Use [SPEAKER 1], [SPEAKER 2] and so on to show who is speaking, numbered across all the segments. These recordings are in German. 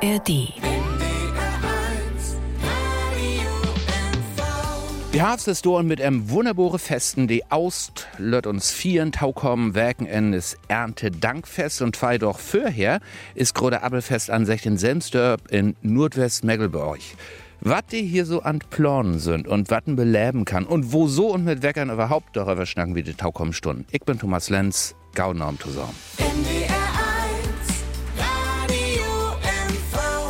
[SPEAKER 1] ARD.
[SPEAKER 2] Die Harz ist Dorn mit einem wunderbaren Festen. Die Aust lört uns vieren Taukommen, Werken eines Erntedankfest und fei doch vorher ist Grode Abelfest an 16 Semstörp in Nordwestmecklenburg. Wat die hier so an Plonen sind und watten beläben kann und wo so und mit Weckern überhaupt darüber schnacken wie die Taukommenstunden. Ich bin Thomas Lenz, Gaunorm zusammen.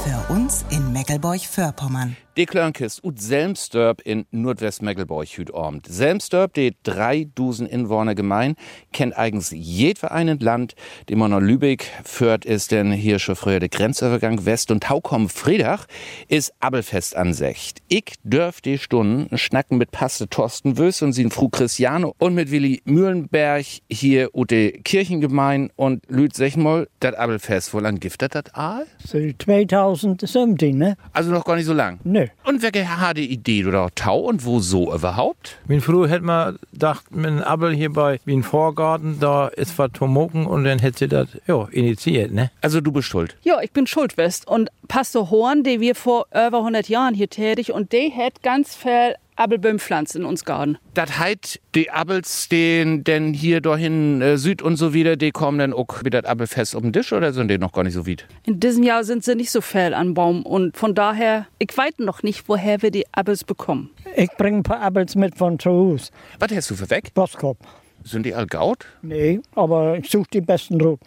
[SPEAKER 3] Für uns in Meckelborch-Vörpommern.
[SPEAKER 2] Die Klörnkist ut Selmstörp in Nordwestmecklenburg hüt ormt. Selmstörp, de drei Dusen Inwohner gemein, kennt eigens jed vereinend Land, dem man noch Lübeck führt, ist denn hier schon früher der Grenzübergang West und Taukom Friedach ist Abelfest ansecht. Ich dürf die Stunden schnacken mit Paste Thorsten Wös und sin Fru Christiane und mit Willi Mühlenberg hier ut de Kirchengemein und Lüt Sechmol, dat Abelfest wohl an Giftet dat Aal?
[SPEAKER 4] Seit 2017, ne?
[SPEAKER 2] Also noch gar nicht so lang.
[SPEAKER 4] Nö.
[SPEAKER 2] Und welche harte Idee oder Tau und wo so überhaupt?
[SPEAKER 5] Wie früher hätte man gedacht, mit einem Appel hier bei wie ein Vorgarten, da ist was zum Mucken und dann hätte sie das ja, initiiert, ne?
[SPEAKER 2] Also du bist schuld.
[SPEAKER 6] Ja, ich bin Schuldwest und Pastor Horn, der wir vor über 100 Jahren hier tätig und der hat ganz viel Abelböhmpflanzen in uns Garten.
[SPEAKER 2] Das heißt, die Abels, den denn hier dorthin äh, Süd und so wieder, die kommen dann auch wieder das Abelfest um den Tisch oder sind die noch gar nicht so weit?
[SPEAKER 6] In diesem Jahr sind sie nicht so viel an Baum und von daher, ich weiß noch nicht, woher wir die Abels bekommen.
[SPEAKER 4] Ich bringe ein paar Apples mit von zu Hause.
[SPEAKER 2] Was hast du für weg?
[SPEAKER 4] Boskop.
[SPEAKER 2] Sind die all gaut?
[SPEAKER 4] Nee, aber ich suche die besten Routen.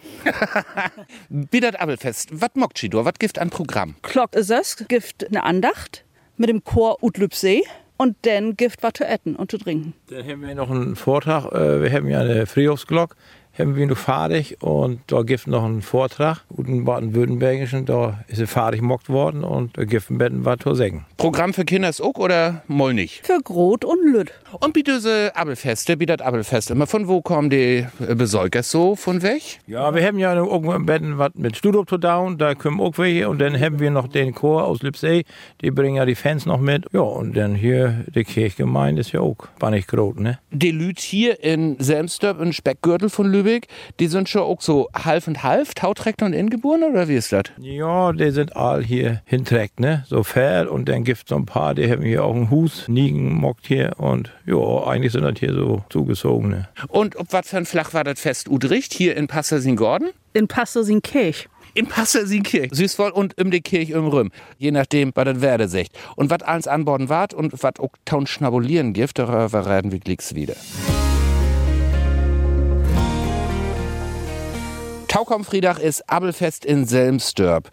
[SPEAKER 2] Wie das Abelfest, was mockt sie do? Was gibt an Programm?
[SPEAKER 6] Klock ist es, gibt eine Andacht mit dem Chor Utlübsee und dann gibt was zu essen und zu trinken.
[SPEAKER 5] Dann haben wir noch einen Vortrag, äh, wir haben ja eine Friedhofsglock, haben wir nur fahrig und da gibt noch einen Vortrag, guten baden-württembergischen, da ist er fahrig mockt worden und da gibt ein Betten was zu singen.
[SPEAKER 2] Programm für Kinder ist auch oder moll nicht?
[SPEAKER 6] Für Grot und Lütt.
[SPEAKER 2] Und wie diese Abelfeste, wie das Abelfest immer, von wo kommen die äh, Besäugers so von weg?
[SPEAKER 5] Ja, wir haben ja noch irgendwo im Betten was mit Studio to Down, da kommen auch welche und dann haben wir noch den Chor aus Lipsey, die bringen ja die Fans noch mit. Ja, und dann hier die Kirchgemeinde ist ja auch, war nicht groß, ne?
[SPEAKER 2] die Lüt hier in Selmsdorp, im Speckgürtel von Lübeck, die sind schon auch so half und half, Tautrecken und Ingeboren, oder wie ist das?
[SPEAKER 5] Ja, die sind all hier hinträgt, ne? So fährt und dann gibt's so ein paar, die haben hier auch einen Hus, Nigen mockt hier und ja, eigentlich sind das hier so ne? zugezogene.
[SPEAKER 2] Und ob was für ein Flach war das Fest Udricht hier in Passersin-Gordon?
[SPEAKER 6] In Pastor sind Kirch.
[SPEAKER 2] In Passersin-Kirch, Süßwoll und im de Kirch im Röm. Je nachdem, was das Werde secht. Und was eins anborden wart und was auch taun schnabulieren gift, darüber reden wir glicks wieder. Taukomfriedach ist Abelfest in Selmstörp.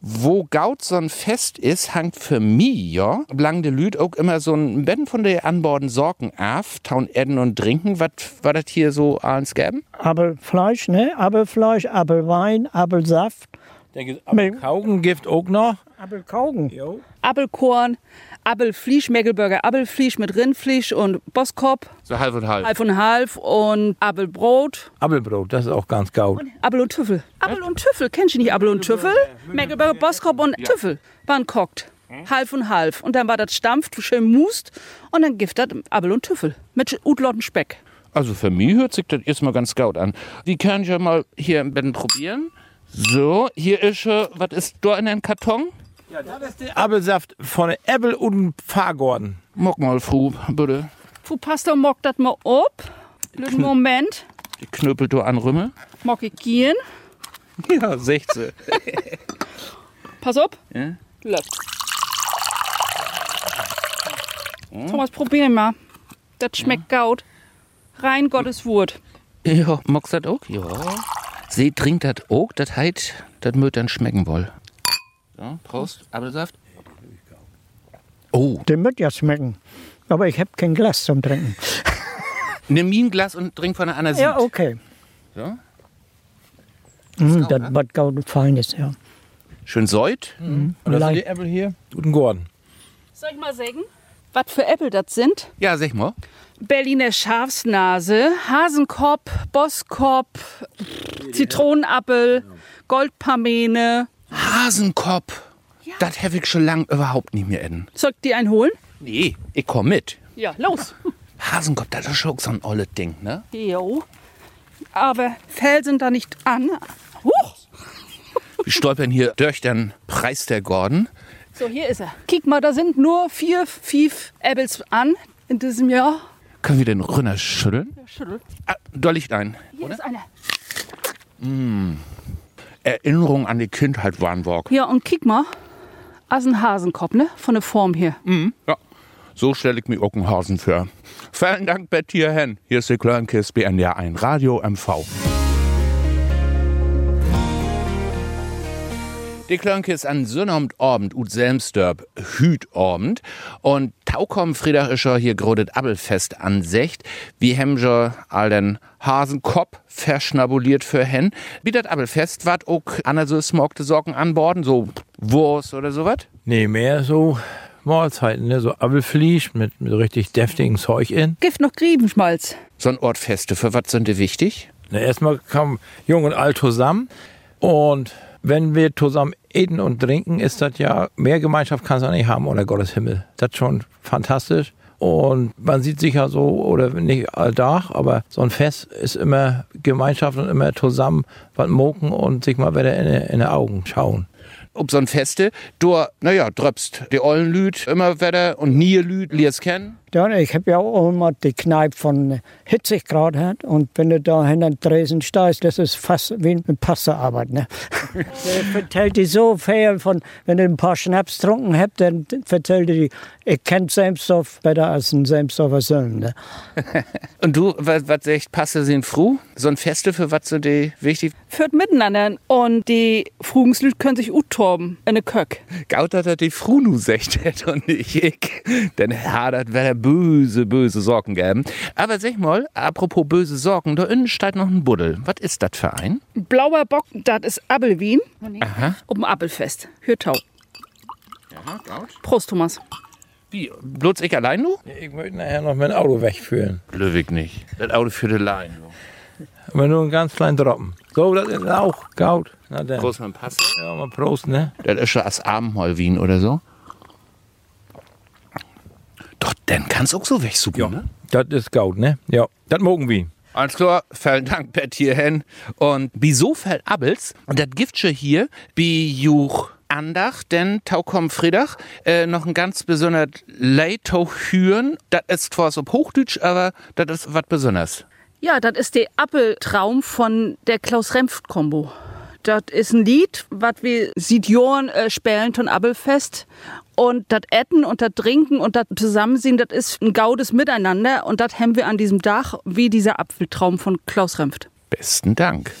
[SPEAKER 2] Wo gaut so ein Fest ist, hangt für mich, ja, blang de Lüd auch immer so ein Betten von de anborden Sorgen af, taun Edden und Trinken. Was war das hier so ans gäben?
[SPEAKER 4] Apfelfleisch, ne? Apfelfleisch, Apfelwein, Apfelsaft,
[SPEAKER 5] Dann gibt's Kaugengift auch noch.
[SPEAKER 4] Apfelkaugen.
[SPEAKER 5] Jo.
[SPEAKER 6] Abelkorn, Abelfleisch, Meckelburger Abelfleisch mit Rindfleisch und Boskop,
[SPEAKER 2] So halb und
[SPEAKER 6] half und half und Abelbrot,
[SPEAKER 5] Appelbrot, das ist auch ganz gaut.
[SPEAKER 6] Abel und Tüffel. Abel und Tüffel, kennst du nicht Abel und Tüffel? Meckelburger, Boskop und Tüffel waren kocht. Half und half. Und dann war das Stampf, du schön must und dann gibt das Abel und Tüffel mit Utlotten Speck.
[SPEAKER 2] Also für mich hört sich das erstmal ganz gaut an. Die kann ich ja mal hier im Betten probieren. So, hier ist, äh, was ist da in dem Karton?
[SPEAKER 5] Appelsaft von der Apple und Fahrgorden.
[SPEAKER 2] Mock mal, Fru, bitte.
[SPEAKER 6] Fu Pastor mockt das mal ob. Blöden Moment,
[SPEAKER 2] Die knöpelt du an Rümme.
[SPEAKER 6] mock ich gehen.
[SPEAKER 2] Ja, 16.
[SPEAKER 6] Pass auf.
[SPEAKER 2] Ja.
[SPEAKER 6] Läuft. Thomas, probier mal. Das schmeckt gaut. Rein Gottes Wort.
[SPEAKER 2] ja, mockst das auch? Ja. Sie trinkt das auch, das heit, das mögt dann schmecken wohl. So, Prost, Apfelsaft. Oh,
[SPEAKER 4] Den wird ja schmecken. Aber ich hab kein Glas zum Trinken.
[SPEAKER 2] nimm mir ein Glas und trink von der anderen Sied.
[SPEAKER 4] Ja, oh. okay.
[SPEAKER 2] So.
[SPEAKER 4] Mm,
[SPEAKER 5] ne?
[SPEAKER 4] das was gaut Feines, ja.
[SPEAKER 2] Schön säut.
[SPEAKER 5] Und das
[SPEAKER 4] Lein.
[SPEAKER 5] sind die Apple hier. Guten Gordon.
[SPEAKER 6] Soll ich mal sagen, was für Äpfel das sind?
[SPEAKER 2] Ja, sag mal.
[SPEAKER 6] Berliner Schafsnase, Hasenkopf, Boskop, Zitronenappel, Goldpamene.
[SPEAKER 2] Hasenkopf. Das habe ich schon lang überhaupt nicht mehr in.
[SPEAKER 6] Soll ich die einen holen?
[SPEAKER 2] Nee, ich komm mit.
[SPEAKER 6] Ja, los.
[SPEAKER 2] Hasenkopf, das ist schon so ein olles Ding, ne?
[SPEAKER 6] jo. Aber Fell sind da nicht an. Huch.
[SPEAKER 2] Wir stolpern hier durch den Preis der Gordon.
[SPEAKER 6] So, hier ist er. Kick mal, da sind nur vier, fünf Apples an in diesem Jahr.
[SPEAKER 2] Können wir den Rönner schütteln?
[SPEAKER 6] Schüttel.
[SPEAKER 2] Ah, da liegt ein.
[SPEAKER 6] Hier ist einer.
[SPEAKER 2] Erinnerungen an die Kindheit Warnborg.
[SPEAKER 6] Ja, und kick mal. Das ist ein Hasenkopf, ne? Von der Form hier.
[SPEAKER 2] Ja. So stelle ich mir Ockenhausen vor. Vielen Dank, Betty Hen. Hier ist die Klörnkiss BNDR 1 Radio MV. Die Klönke ist an Sönnamt Abend, ut Selmstörp, Hüt Abend. Und Taukom Friedachischer hier grodet Abelfest an Secht. Wie Hemscher all den Hasenkopf verschnabuliert für hen. Bietet Abelfest wat ook also aner so smogte Socken anborden, so Wurst oder sowas?
[SPEAKER 5] Nee, mehr so Mahlzeiten, ne? so Apfelfleisch mit, mit richtig deftigen Zeug in.
[SPEAKER 6] Gift noch Griebenschmalz.
[SPEAKER 2] So ein Ortfeste, für wat sind die wichtig?
[SPEAKER 5] Na, erstmal kamen Jung und Alt zusammen. Und wenn wir zusammen eten und trinken, ist das ja, mehr Gemeinschaft kannst du nicht haben, oder Gottes Himmel. Das ist schon fantastisch. Und man sieht sich ja so, oder nicht alltag, aber so ein Fest ist immer Gemeinschaft und immer zusammen was moken und sich mal wieder in, die- in die Augen schauen.
[SPEAKER 2] ob so ein Feste, du, naja, dröpst die ollen Lüd immer wieder und nie Lüd, liers kennen.
[SPEAKER 4] Ja, ich habe ja auch immer die Kneipe von 40 Grad hat und wenn du da hinter den Tresen stehst, das ist fast wie eine Passearbeit. Ne? Der vertellt die so viel von, wenn du ein paar Schnaps getrunken habt, dann vertellt die, ich kennt Samstorf besser als ein Samstorfer Söhn. Ne?
[SPEAKER 2] Und du, was sagt, passe sie in Fru? So ein Feste, für was sind die wichtig?
[SPEAKER 6] Führt miteinander. Und die Frugenslüt können sich uttorben in eine Köck.
[SPEAKER 2] Gaut hat er die Fru nu secht hätt und nicht ich. Denn hadert wäre böse, böse Sorgen geben. Aber sag mal, apropos böse Sorgen, da innen steht noch ein Buddel. Was ist das für ein?
[SPEAKER 6] Blauer Bock, das ist Abelwien. Aha. Oben Appelfest. Hürtau. Prost, Thomas.
[SPEAKER 2] Wie, bloß ich allein nu?
[SPEAKER 5] Ich möchte nachher noch mein Auto wegführen.
[SPEAKER 2] Löwig nicht. Das Auto für die Lein.
[SPEAKER 5] Aber nur einen ganz kleinen Droppen. So, das ist auch gaut. Na dann.
[SPEAKER 2] Groß mit Pass.
[SPEAKER 5] Ja, mal Prost, ne?
[SPEAKER 2] Das ist schon als Abendmahl Wien oder so. Doch, dann kannst du auch so wegsuchen, ne?
[SPEAKER 5] Das ist gaut, ne? Ja, das mogen wir.
[SPEAKER 2] Alles klar, vielen Dank, Bert hierhin. Und wieso fällt Abels? Und das Giftsche hier, Bijuch Andach, denn Taukom Friedach, äh, noch ein ganz besonders Leitochüren. Das ist zwar so Hochdeutsch, aber das ist was Besonderes.
[SPEAKER 6] Ja, das ist der Appeltraum von der Klaus-Rempf-Kombo. Das ist ein Lied, was wir Sidioren äh, spielen von Appelfest. Und das Etten und das Trinken und das Zusammenziehen, das ist ein gaudes Miteinander. Und das haben wir an diesem Tag wie dieser Apfeltraum von Klaus Rempft.
[SPEAKER 2] Besten Dank.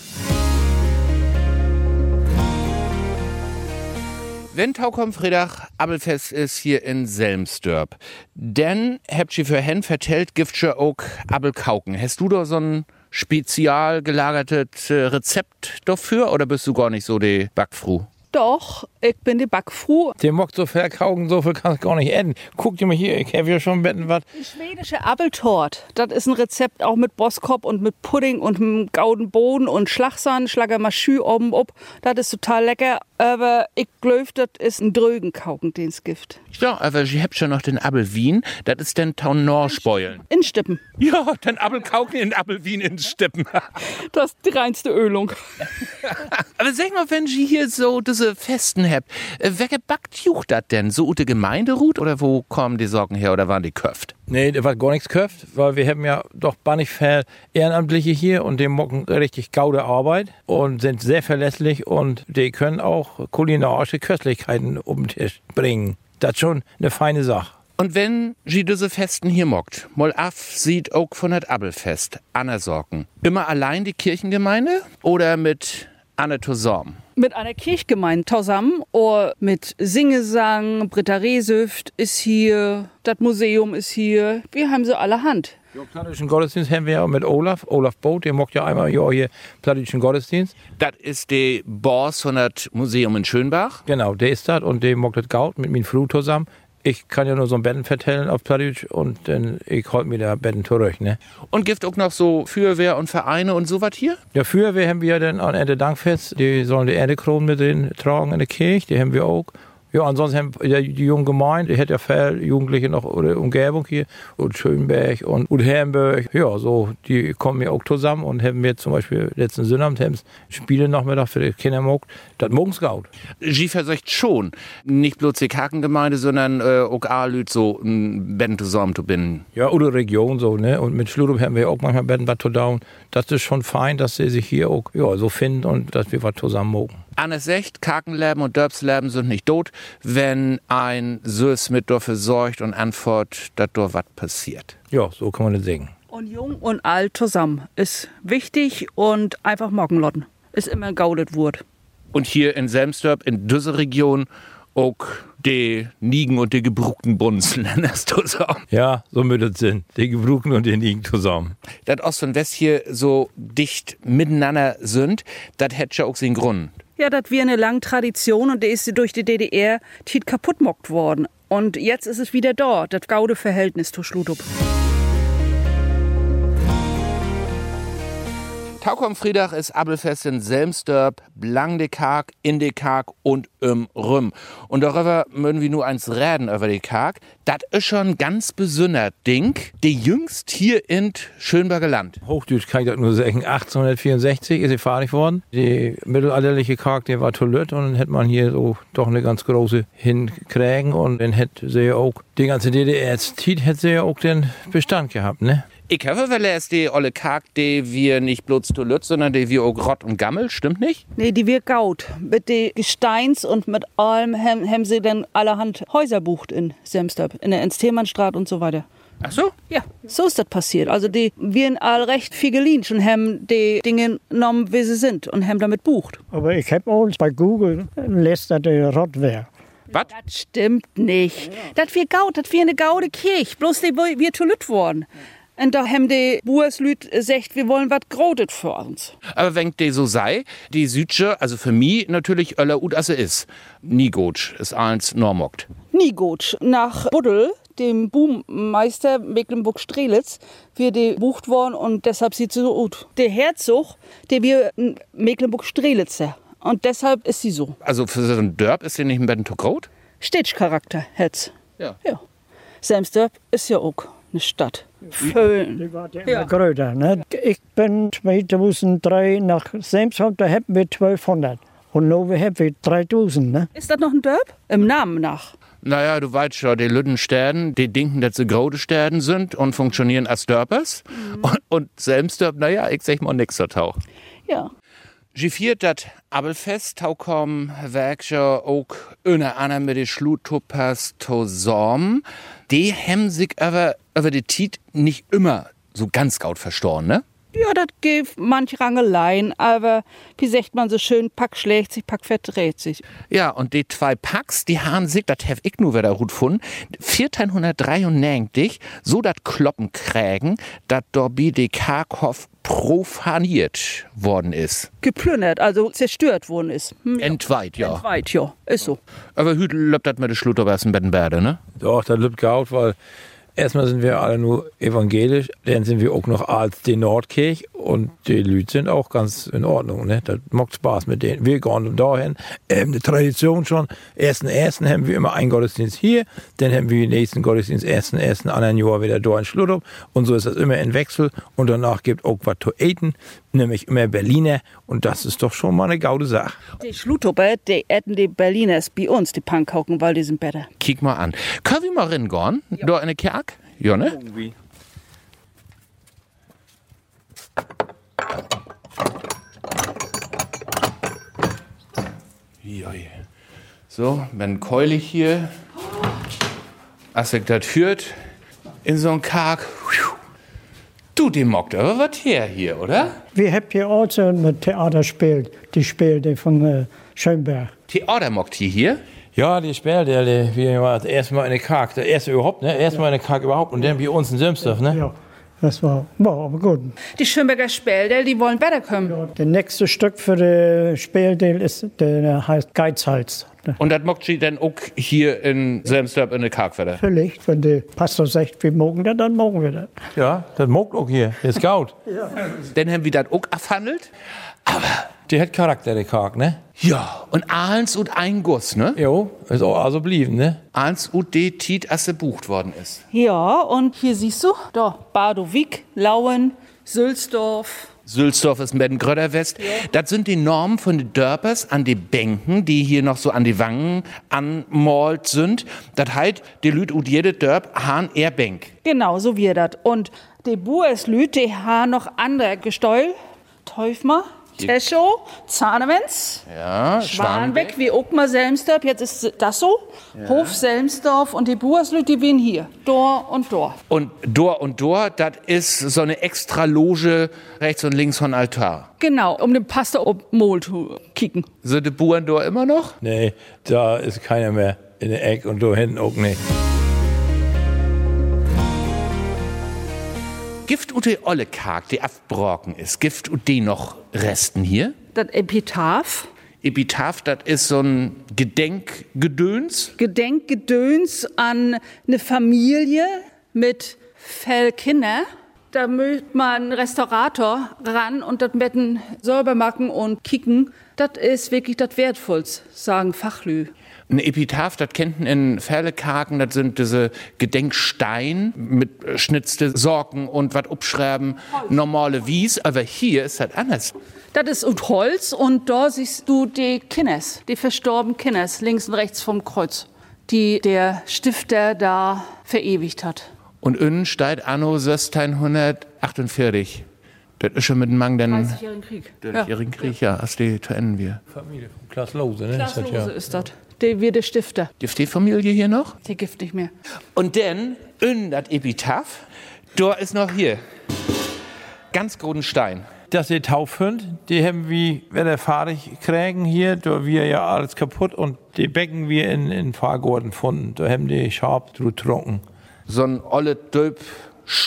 [SPEAKER 2] Wenn Taukom Friedach Abelfest ist hier in Selmstörp, denn habt ihr für Hen vertellt Giftscher Oak Abelkauken. Hast du da so ein spezial gelagertes äh, Rezept dafür oder bist du gar nicht so die Backfru?
[SPEAKER 6] Doch, ich bin die Backfru.
[SPEAKER 5] Der mockt so viel Kaugen, so viel kann es gar nicht enden. Guck dir mal hier, ich habe ja schon Betten was.
[SPEAKER 6] Die schwedische Appeltort, das ist ein Rezept auch mit Boskop und mit Pudding und mit gauden Boden und Schlagsahn, Schlagermaschü oben ob. Das ist total lecker, aber ich glaube, das ist ein Drögenkauken, den es gibt.
[SPEAKER 2] Ja, aber ich hab schon noch den Abel Wien, das ist den Town Norspeulen.
[SPEAKER 6] In Stippen,
[SPEAKER 2] Ja, den Abelkauken in Abel Wien in Steppen.
[SPEAKER 6] das ist die reinste Ölung.
[SPEAKER 2] Aber sag mal, wenn Sie hier so diese Festen habt, äh, wer gebackt jucht das denn? So ute Gemeinderut oder wo kommen die Sorgen her oder waren die köft?
[SPEAKER 5] Nee, der war gar nichts köpft, weil wir haben ja doch bannig viel Ehrenamtliche hier und die mocken richtig gaude Arbeit und sind sehr verlässlich und die können auch kulinarische Köstlichkeiten um den Tisch bringen. Das ist schon eine feine Sache.
[SPEAKER 2] Und wenn Sie diese Festen hier mockt, mol af sieht auch von dat Abelfest, Anna Sorgen. Immer allein die Kirchengemeinde oder mit Anne Tosorm?
[SPEAKER 6] Mit einer Kirchgemeinde zusammen oder mit Singesang, Britta Resüft ist hier, das Museum ist hier, wir haben sie alle Hand.
[SPEAKER 5] Den Plattdeutschen Gottesdienst haben wir ja mit Olaf, Olaf Boot, der mockt ja einmal im Jahr hier Plattdeutschen Gottesdienst.
[SPEAKER 2] Das ist die Bors von dat Museum in Schönbach.
[SPEAKER 5] Genau, der ist das und der mockt das Gaut mit mir Fru zusammen. Ich kann ja nur so ein Betten vertellen auf Plattdeutsch und dann ich holt mir da Betten zurück, ne?
[SPEAKER 2] Und gibt auch noch so Feuerwehr und Vereine und so wat hier?
[SPEAKER 5] Dafür wir haben wir dann an Ende Dankfest, die sollen die Erde kronen mit denen tragen in der Kirche, die haben wir auch. Ja, ansonsten haben ja die junge Gemeinde, ich hätte ja viel Jugendliche noch oder Umgebung hier und Schönberg und, und Hamburg. Ja, so, die kommen ja auch zusammen und haben mir zum Beispiel letzten Sonnabend haben sie Spiele nachmittag für die Kinder gemacht. Das morgens gaut.
[SPEAKER 2] Sie versucht schon, nicht bloß die Hakengemeinde, sondern äh, auch Alüt so ein Band zusammen zu binden.
[SPEAKER 5] Ja, oder Region so, ne? Und mit Schludup haben wir auch manchmal Band was zu down. Das ist schon fein, dass sie sich hier auch ja, so finden und dass wir was zusammen mogen.
[SPEAKER 2] Anne Secht, Kakenleben und Dörpsleben sind nicht tot, wenn ein Süß mit dafür sorgt und antwortet, dass da was passiert.
[SPEAKER 5] Ja, so kann man das singen.
[SPEAKER 6] Und jung und alt zusammen ist wichtig und einfach Morgenlotten ist immer gaudet Wurt.
[SPEAKER 2] Und hier in Selmsdorp, in dieser Region, auch die Nigen und die gebruckten Bunzen, nennst du so.
[SPEAKER 5] Ja, so müde sind. Die Gebruken und die liegen zusammen.
[SPEAKER 2] Dass Ost und West hier so dicht miteinander sind, das hätte ja auch seinen Grund.
[SPEAKER 6] Ja, das wir eine lange Tradition und die ist durch die DDR tit kaputt mockt worden. Und jetzt ist es wieder dort, das gaude Verhältnis zu Schludup.
[SPEAKER 2] Taukom Friedach ist Abelfest in Selmsdörp, Blangdekag, Indekag und im Rüm. Und darüber mögen wir nur eins reden über den Kag. Das ist schon ganz besünder Ding. Die jüngst hier in Schönberger Land.
[SPEAKER 5] Hochdeutsch kann ich das nur sagen. 1864 ist sie fahrig worden. Die mittelalterliche Karg, die war Toilette und dann hätte man hier so doch eine ganz große hinkriegen und dann hätte sie ja auch die ganze DDR-Zeit hätte sie ja auch den Bestand gehabt, ne?
[SPEAKER 2] Ich hoffe, weil er ist die olle Karg, die wir nicht bloß Toilette, sondern die wir auch Rott und Gammel, stimmt nicht?
[SPEAKER 6] Nee, die wir gaut. Mit den Gesteins und mit allem haben haben sie dann allerhand Häuser bucht in Semstab, in der Enzthemannstraat und so weiter.
[SPEAKER 2] Ach so?
[SPEAKER 6] Ja, so ist das passiert. Also die wir in all recht viel geliehen und haben die Dinge genommen, wie sie sind und haben damit bucht.
[SPEAKER 4] Aber ich habe uns bei Google lässt, dass der Rottwehr.
[SPEAKER 2] Was?
[SPEAKER 6] Das stimmt nicht. Das wir gaut, das wir eine gaude Kirche, bloß die wir wir Toilette worden. Und da haben die Buerslüt gesagt, wir wollen was grodet für uns.
[SPEAKER 2] Aber wenn die so sei, die Südsche, also für mich natürlich öller ut as sie ist. Nigotsch ist eins Normokt.
[SPEAKER 6] Nigotsch nach Buddel, dem Bummeister Mecklenburg-Strelitz, wir die bucht worden und deshalb sieht sie so gut. Der Herzog, der wir in Mecklenburg-Strelitzer und deshalb ist sie so.
[SPEAKER 2] Also für so einen Dörp ist sie nicht ein Betten to Grot?
[SPEAKER 6] Städtcharakter hat's.
[SPEAKER 2] Ja.
[SPEAKER 6] Ja. Samsdorp ist ja auch eine Stadt. Föhn.
[SPEAKER 4] Die war ja immer größer. Ne? Ich bin 2003 nach Samsung, da hatten wir 1200. Und nun haben wir 3000. Ne?
[SPEAKER 6] Ist das noch ein Dörp? Im Namen nach.
[SPEAKER 2] Naja, du weißt schon, die Lütten sterben, die denken, dass sie große Sterben sind und funktionieren als Dörpers. Und, und selbst Dörp, naja, ich sag mal nix da Tauch.
[SPEAKER 6] Ja.
[SPEAKER 2] Gifiert dat Abelfest, taukom Werkscher auch öne aner mit de Schlutuppers tosom. Die hem sich aber über die Tiet nicht immer so ganz gaut verstorben, ne?
[SPEAKER 6] Ja, das gibt manch Rangeleien, aber wie sagt man so schön, Pack schlägt sich, Pack verdreht sich.
[SPEAKER 2] Ja, und die zwei Packs, die haben sich, das hef ich nur wieder gut gefunden, 1493, so dat Kloppen krägen, dat Dorbi de Karkhoff profaniert worden ist.
[SPEAKER 6] Geplündert, also zerstört worden ist. Hm,
[SPEAKER 2] Entweit, ja.
[SPEAKER 6] Weit, ja. Ist so.
[SPEAKER 2] Aber Hüdel löbt dat mit de Schlutterbass in Bettenberde, ne?
[SPEAKER 5] Doch, das lübt gaut, weil erstmal sind wir alle nur evangelisch, dann sind wir auch noch als die Nordkirche und die Leute sind auch ganz in Ordnung. Ne? Das macht Spaß mit denen. Wir gehen dahin, ähm, die Tradition schon, ersten, ersten haben wir immer einen Gottesdienst hier, dann haben wir den nächsten Gottesdienst, ersten, ersten, anderen Jahr wieder da in Schludup und so ist das immer in Wechsel und danach gibt auch was zu eten, nämlich immer Berliner und das ist doch schon mal eine gaude Sache.
[SPEAKER 6] Die Schlutuppe, die hätten die Berliners bei uns, die Pankhauken, weil die sind besser.
[SPEAKER 2] Kick mal an. Können wir mal ringorn? Ja. Da in der Kerk? Ja, ne? Joi. So, wenn keulig hier, als ich das führt, in so einen Karg. Du, die mockt aber was her hier, oder?
[SPEAKER 4] Wir haben hier auch so ein Theater gespielt, die Spielte von äh, Schönberg.
[SPEAKER 2] Theater mockt hier hier?
[SPEAKER 5] Ja, die Sperl, der, der, wir waren erstmal eine Kark, der erste überhaupt, ne? Erstmal eine Kark überhaupt und dann bei uns in Sömsdorf, ne?
[SPEAKER 4] Ja, das war, war aber gut.
[SPEAKER 6] Die Schönberger Späldel, die wollen besser kommen.
[SPEAKER 4] Das nächste Stück für den Spieldeel ist, der heißt eh, Geizhals.
[SPEAKER 2] Und das mockt sie dann auch hier in Selmsdorp in der Karkwerder.
[SPEAKER 4] Völlig, wenn der Pastor sagt, wir mogen das, dann mogen wir das.
[SPEAKER 5] Ja, das mogt auch hier, ist gaut.
[SPEAKER 2] Dann haben wir das auch abhandelt. Aber
[SPEAKER 5] Die hat Charakter, der Kark, ne?
[SPEAKER 2] Ja, und eins und ein Guss, ne?
[SPEAKER 5] Jo, ist auch also blieben, ne?
[SPEAKER 2] Eins und die Tiet, als sie bucht worden ist.
[SPEAKER 6] Ja, und hier siehst du, da, Badowik, Lauen, Sülsdorf.
[SPEAKER 2] Sülsdorf ist Mettengröderwest. Das sind die Normen von den Dörpers an die Bänken, die hier noch so an die Wangen anmalt sind. Das heißt, die Lüt und jede Dörp han er Bänk.
[SPEAKER 6] Genau, so wir das. Und die Bueslüt, die haben noch andere Gesteuel. Teufmer, Teschow, Zahnewens,
[SPEAKER 2] Ja,
[SPEAKER 6] Schwanbeck, wie Ockmar Selmsdorf, jetzt ist das so. Hof Selmsdorf und die Bueslüt, die wehen hier. Dor und Dor.
[SPEAKER 2] Und Dor und Dor, das ist so eine extra Loge rechts und links von Altar.
[SPEAKER 6] Genau, um den Pastor ob Mol zu kicken.
[SPEAKER 2] Sind die Buren Dor immer noch?
[SPEAKER 5] Nee, da ist keiner mehr in der Ecke und da hinten auch nicht.
[SPEAKER 2] Gift und die Olle Karg, die abbrocken ist. Gift und die noch Resten hier.
[SPEAKER 6] Das Epitaph.
[SPEAKER 2] Epitaph, das ist so ein Gedenkgedöns.
[SPEAKER 6] Gedenkgedöns an eine Familie mit Fellkinder. Da mögt man einen Restaurator ran und das Betten sauber machen und kicken. Das ist wirklich das Wertvollste, sagen Fachlü.
[SPEAKER 2] Ein Epitaph, das kennt man in Ferlekaken, das sind diese Gedenkstein mit äh, schnitzte Sorgen und was abschreiben, normale Wies, aber hier ist das anders.
[SPEAKER 6] Das ist und Holz und da siehst du die Kinders, die verstorbenen Kinders, links und rechts vom Kreuz, die der Stifter da verewigt hat.
[SPEAKER 2] Und innen steht anno 1648. Das ist schon mit dem Mang den
[SPEAKER 6] 30-jährigen Krieg.
[SPEAKER 2] jährigen Krieg, ja, als die zu enden wir.
[SPEAKER 5] Familie von Klaas Lose, ne?
[SPEAKER 6] Das
[SPEAKER 5] Ist das, ja.
[SPEAKER 6] ist das. Der wird der Stifter.
[SPEAKER 2] Gibt die Familie hier noch?
[SPEAKER 6] Der gift nicht mehr.
[SPEAKER 2] Und dann, innen das Epitaph, da ist noch hier. Ganz großen Stein.
[SPEAKER 5] das ist Taufhund, die haben wir, wenn er fahrig kriegen hier, da wir ja alles kaputt und die Becken wir in, in Fahrgurten gefunden. Da haben die scharf drüber trunken.
[SPEAKER 2] so ein olle Döp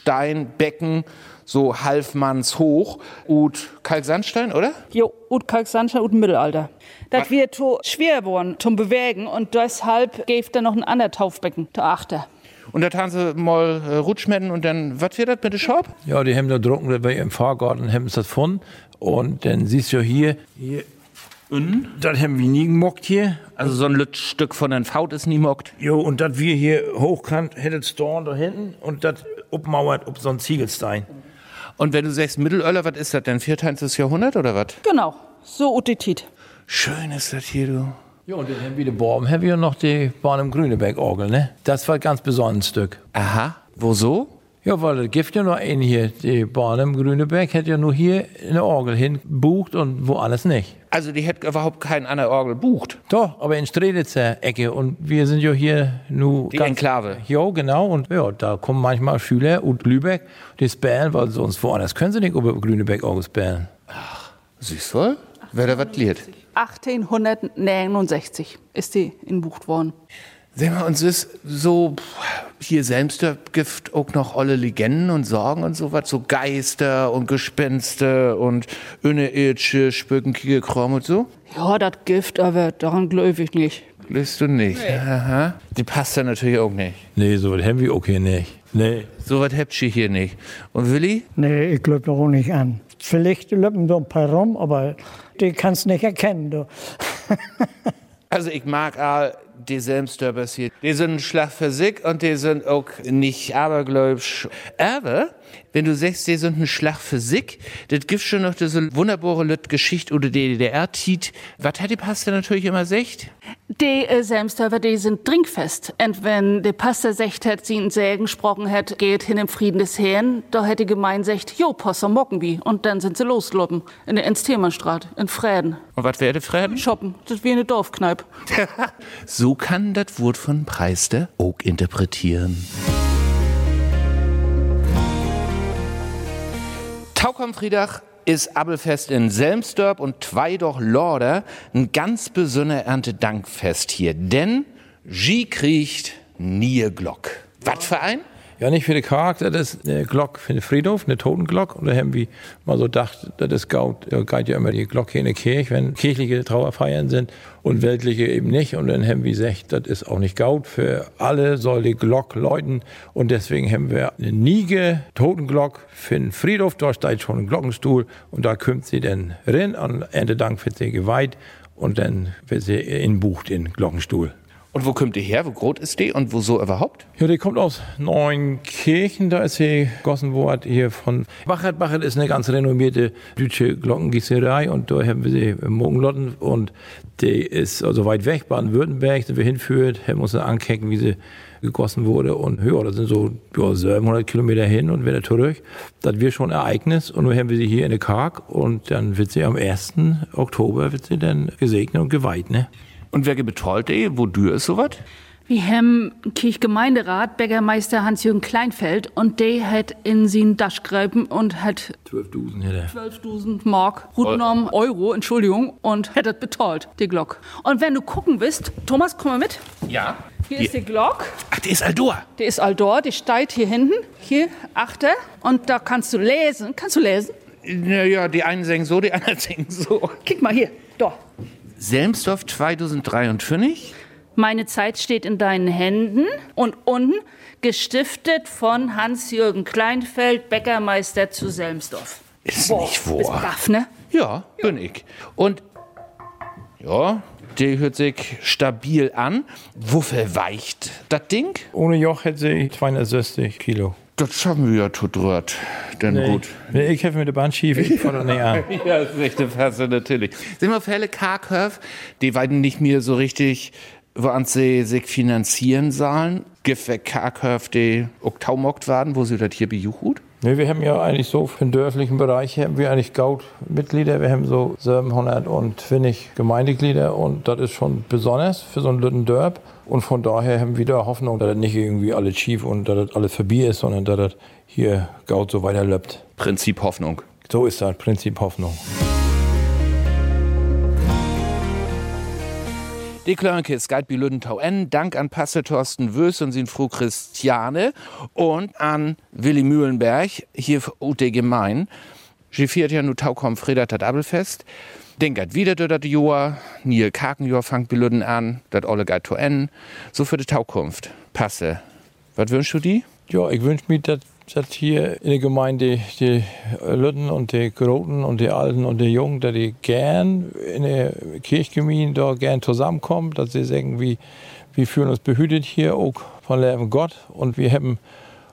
[SPEAKER 2] Steinbecken, so Halfmanns hoch und Kalksandstein, oder?
[SPEAKER 6] Jo, und Kalksandstein und Mittelalter. Das wird to schwer worden zum Bewegen und deshalb gäb da noch ein anderes Taufbecken, der Achter.
[SPEAKER 2] Und da haben sie mal äh, Rutschmetten und dann, was wird das mit der Schaub?
[SPEAKER 5] Ja, die haben da drucken, das war im Fahrgarten, haben sie das gefunden. Und dann siehst du hier, hier, das haben wir nie gemockt hier.
[SPEAKER 2] Also so ein Lütstück von den Faut ist nie mockt.
[SPEAKER 5] Jo, und das wir hier hochkant, hättet Storn da hinten und das obmauert, ob so ein Ziegelstein.
[SPEAKER 2] Und wenn du sagst Mittelöller, was ist das denn? 14. Jahrhundert oder was?
[SPEAKER 6] Genau, so Utitit.
[SPEAKER 2] Schön ist das hier, du.
[SPEAKER 5] Ja, und dann haben wir den Borben, haben wir noch die Bahn im Grüneberg-Orgel, ne? Das war ein ganz besonderes Stück.
[SPEAKER 2] Aha, wo so?
[SPEAKER 5] Ja, weil es gibt ja nur einen hier. Die Bahn im Grüneberg hätte ja nur hier eine Orgel hinbucht und woanders nicht.
[SPEAKER 2] Also die hätten überhaupt keinen an der Orgel bucht.
[SPEAKER 5] Doch, aber in Streditzer Ecke und wir sind ja hier nur
[SPEAKER 2] Die Enklave.
[SPEAKER 5] Ja, genau und ja, da kommen manchmal Schüler und Lübeck, die sperren, weil sonst woanders können sie nicht über Grüneberg auch sperren.
[SPEAKER 2] Süß wohl? Wer da was liert?
[SPEAKER 6] 1869 ist die in Bucht worden.
[SPEAKER 2] Sehen wir, uns ist so pff, hier selbst da gibt auch noch alle Legenden und Sorgen und sowas, so Geister und Gespenster und Önneirsche, Spöken, Kram und so.
[SPEAKER 6] Ja, das Gift, aber daran glaube ich nicht.
[SPEAKER 2] Lässt du nicht. Aha. Die passt da natürlich auch nicht.
[SPEAKER 5] Nee, so was haben wir auch hier nicht. Nee.
[SPEAKER 2] Sowas habt ihr hier nicht. Und Willi?
[SPEAKER 4] Nee, ich glaube da auch nicht an. Vielleicht löppen da ein paar rum, aber die kannst nicht erkennen. Du.
[SPEAKER 2] Also ich mag auch die Selmstörbers hier. Die sind ein Schlag für sich und die sind auch nicht abergläubisch. Aber wenn du sagst, die sind ein Schlag für sich, das gibt schon noch diese wunderbare Lüt Geschichte oder die DDR tiet. Was hat die Paste natürlich immer gesagt?
[SPEAKER 6] Die äh, Selmsdörfer, die sind trinkfest. Und wenn der Pastor secht hätt, sie in Sägen gesprochen hätt, geht hin im Frieden des Herrn, da hätt die Gemeinde secht, jo, Pastor Mockenby. Und dann sind sie losgeloppen. In der Ensthermannstraat, in Fräden.
[SPEAKER 2] Und was werde Fred?
[SPEAKER 6] Shoppen, das ist wie eine Dorfkneipe.
[SPEAKER 2] So kann das Wort von Preister auch interpretieren. Taukampfriedach ist Abelfest in Selmsdorp und Tweidoch Lorder ein ganz besonderer Erntedankfest hier. Denn sie kriegt Nierglock. Was für ein?
[SPEAKER 5] Ja, nicht für den Charakter, das ist eine Glock für den Friedhof, eine Totenglock. Und da haben wir mal so gedacht, das ist gaut, da geht ja immer die Glocke in der Kirche, wenn kirchliche Trauerfeiern sind und weltliche eben nicht. Und dann haben wir gesagt, das ist auch nicht gaut, für alle soll die Glock läuten. Und deswegen haben wir eine Niege, Totenglock für den Friedhof, da steht schon ein Glockenstuhl und da kommt sie dann rein und Ende Dank wird sie geweiht und dann wird sie inbucht in Glockenstuhl.
[SPEAKER 2] Und wo kommt die her? Wo groß ist die und wieso überhaupt?
[SPEAKER 5] Ja, die kommt aus Neunkirchen, da ist sie gegossen worden hier von Bachert. Bachert ist eine ganz renommierte deutsche Glockengießerei und da haben wir sie im Morgenlotten und die ist also weit weg, Baden-Württemberg, sind wir hinführt, haben uns dann angucken, wie sie gegossen wurde und höher, das sind so ja, 700 Kilometer hin und wieder zurück. Das wird schon ein Ereignis und nun haben wir sie hier in der Karg und dann wird sie am 1. Oktober wird sie dann gesegnet und geweiht, ne?
[SPEAKER 2] Und wer betreut die? Wodür ist sowas?
[SPEAKER 6] Wir haben Kirchgemeinderat, Bäckermeister Hans-Jürgen Kleinfeld und der hat in seinen Daschgräben und hat
[SPEAKER 5] 12.000 hätte.
[SPEAKER 6] 12.000 Mark, Rutnorm, Euro, Entschuldigung, und hat das betalt, die Glock. Und wenn du gucken willst, Thomas, komm mal mit.
[SPEAKER 2] Ja.
[SPEAKER 6] Hier ist die Glock,
[SPEAKER 2] Ach, die ist Aldor.
[SPEAKER 6] die ist all dort, die steht hier hinten. Hier, achte, und da kannst du lesen. Kannst du lesen?
[SPEAKER 2] Naja, die einen singen so, die anderen singen so.
[SPEAKER 6] Kick mal hier, da.
[SPEAKER 2] Selmsdorf 2053.
[SPEAKER 6] Meine Zeit steht in deinen Händen und unten gestiftet von Hans-Jürgen Kleinfeld, Bäckermeister zu Selmsdorf.
[SPEAKER 2] Ist nicht
[SPEAKER 6] Bist
[SPEAKER 2] wahr.
[SPEAKER 6] baff, ne?
[SPEAKER 2] Ja, bin ich. Und ja, die hört sich stabil an. Wofür weicht das Ding?
[SPEAKER 5] Ohne Joch hätte sie 260 Kilo.
[SPEAKER 2] Das schaffen wir ja zu dritt. Denn gut.
[SPEAKER 5] Nee, ich helfe mit der Bahn schief, ich fordere nicht an.
[SPEAKER 2] Ja, ist richtig, Fasse natürlich. Sind wir auf Fälle K-Curve, die beiden nicht mehr so richtig, woran sie sich finanzieren sollen. Giftweg K-Curve, die oktaumokt waren, wo sie das hier bejuchut.
[SPEAKER 5] Nee, wir haben ja eigentlich so für den dörflichen Bereich haben wir eigentlich Gaut-Mitglieder. Wir haben so 700 und 20 Gemeindeglieder und das ist schon besonders für so einen Lütten Dörp. Und von daher haben wir da Hoffnung, dass das nicht irgendwie alles schief und dass das alles vorbei ist, sondern dass das hier Gaut so weiterlöppt.
[SPEAKER 2] Prinzip Hoffnung.
[SPEAKER 5] So ist das Prinzip Hoffnung.
[SPEAKER 2] Die Klönke ist Guide Lüdentau N. Dank an Pastor Thorsten Wös und sin Frau Christiane und an Willi Mühlenberg hier für UT Gemein. Sie feiert ja nu Taukom Fredat dat Abelfest. Den geht wieder dort dat Joa, Niel Kakenjoa fangt Belüden an, dat olle geht to N. So für die Taukunft. Passe. Was wünschst du die?
[SPEAKER 5] Ja, ich wünsche mir, dass, dass hier in der Gemeinde die Lütten und die Groten und die Alten und die Jungen, dass die gern in der Kirchgemeinde da gern zusammenkommen, dass sie sagen, wie, wir fühlen uns behütet hier auch von Leben Gott und wir haben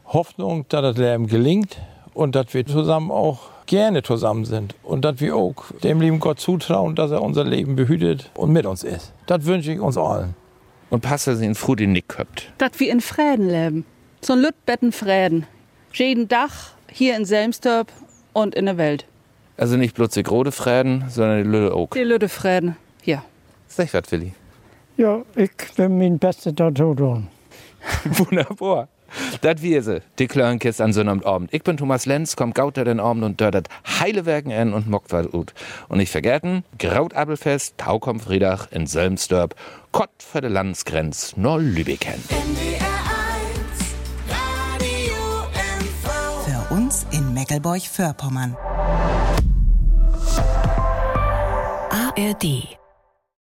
[SPEAKER 5] Hoffnung, dass das Leben gelingt und dass wir zusammen auch gerne zusammen sind und dass wir auch dem lieben Gott zutrauen, dass er unser Leben behütet und mit uns ist. Das wünsche ich uns allen.
[SPEAKER 2] Und Pastor sin Frau den Nick köppt.
[SPEAKER 6] dass wir in Fräden leben. So ein Lütbetten Fräden. Jeden Dach hier in Selmstorp und in der Welt.
[SPEAKER 2] Also nicht bloß die Grode Fräden, sondern die Lüde auch.
[SPEAKER 6] Die Lütte Fräden. Ja.
[SPEAKER 2] Sag was, Willi.
[SPEAKER 4] Ja, ich will mein Bestes dazu tun.
[SPEAKER 2] Wunderbar. Das wir sie, die Klörenkist an so einem Abend. Ich bin Thomas Lenz, komm gauter den Abend und dördet heile Werken an und mockt was ut. Und nicht vergessen, Graut Abelfest, Taukom Friedach in Selmsdörp, Kott für die Landesgrenz, nur Lübecken.
[SPEAKER 1] NDR1 Radio MV.
[SPEAKER 3] Für uns in Meckelburg-Vorpommern.
[SPEAKER 7] ARD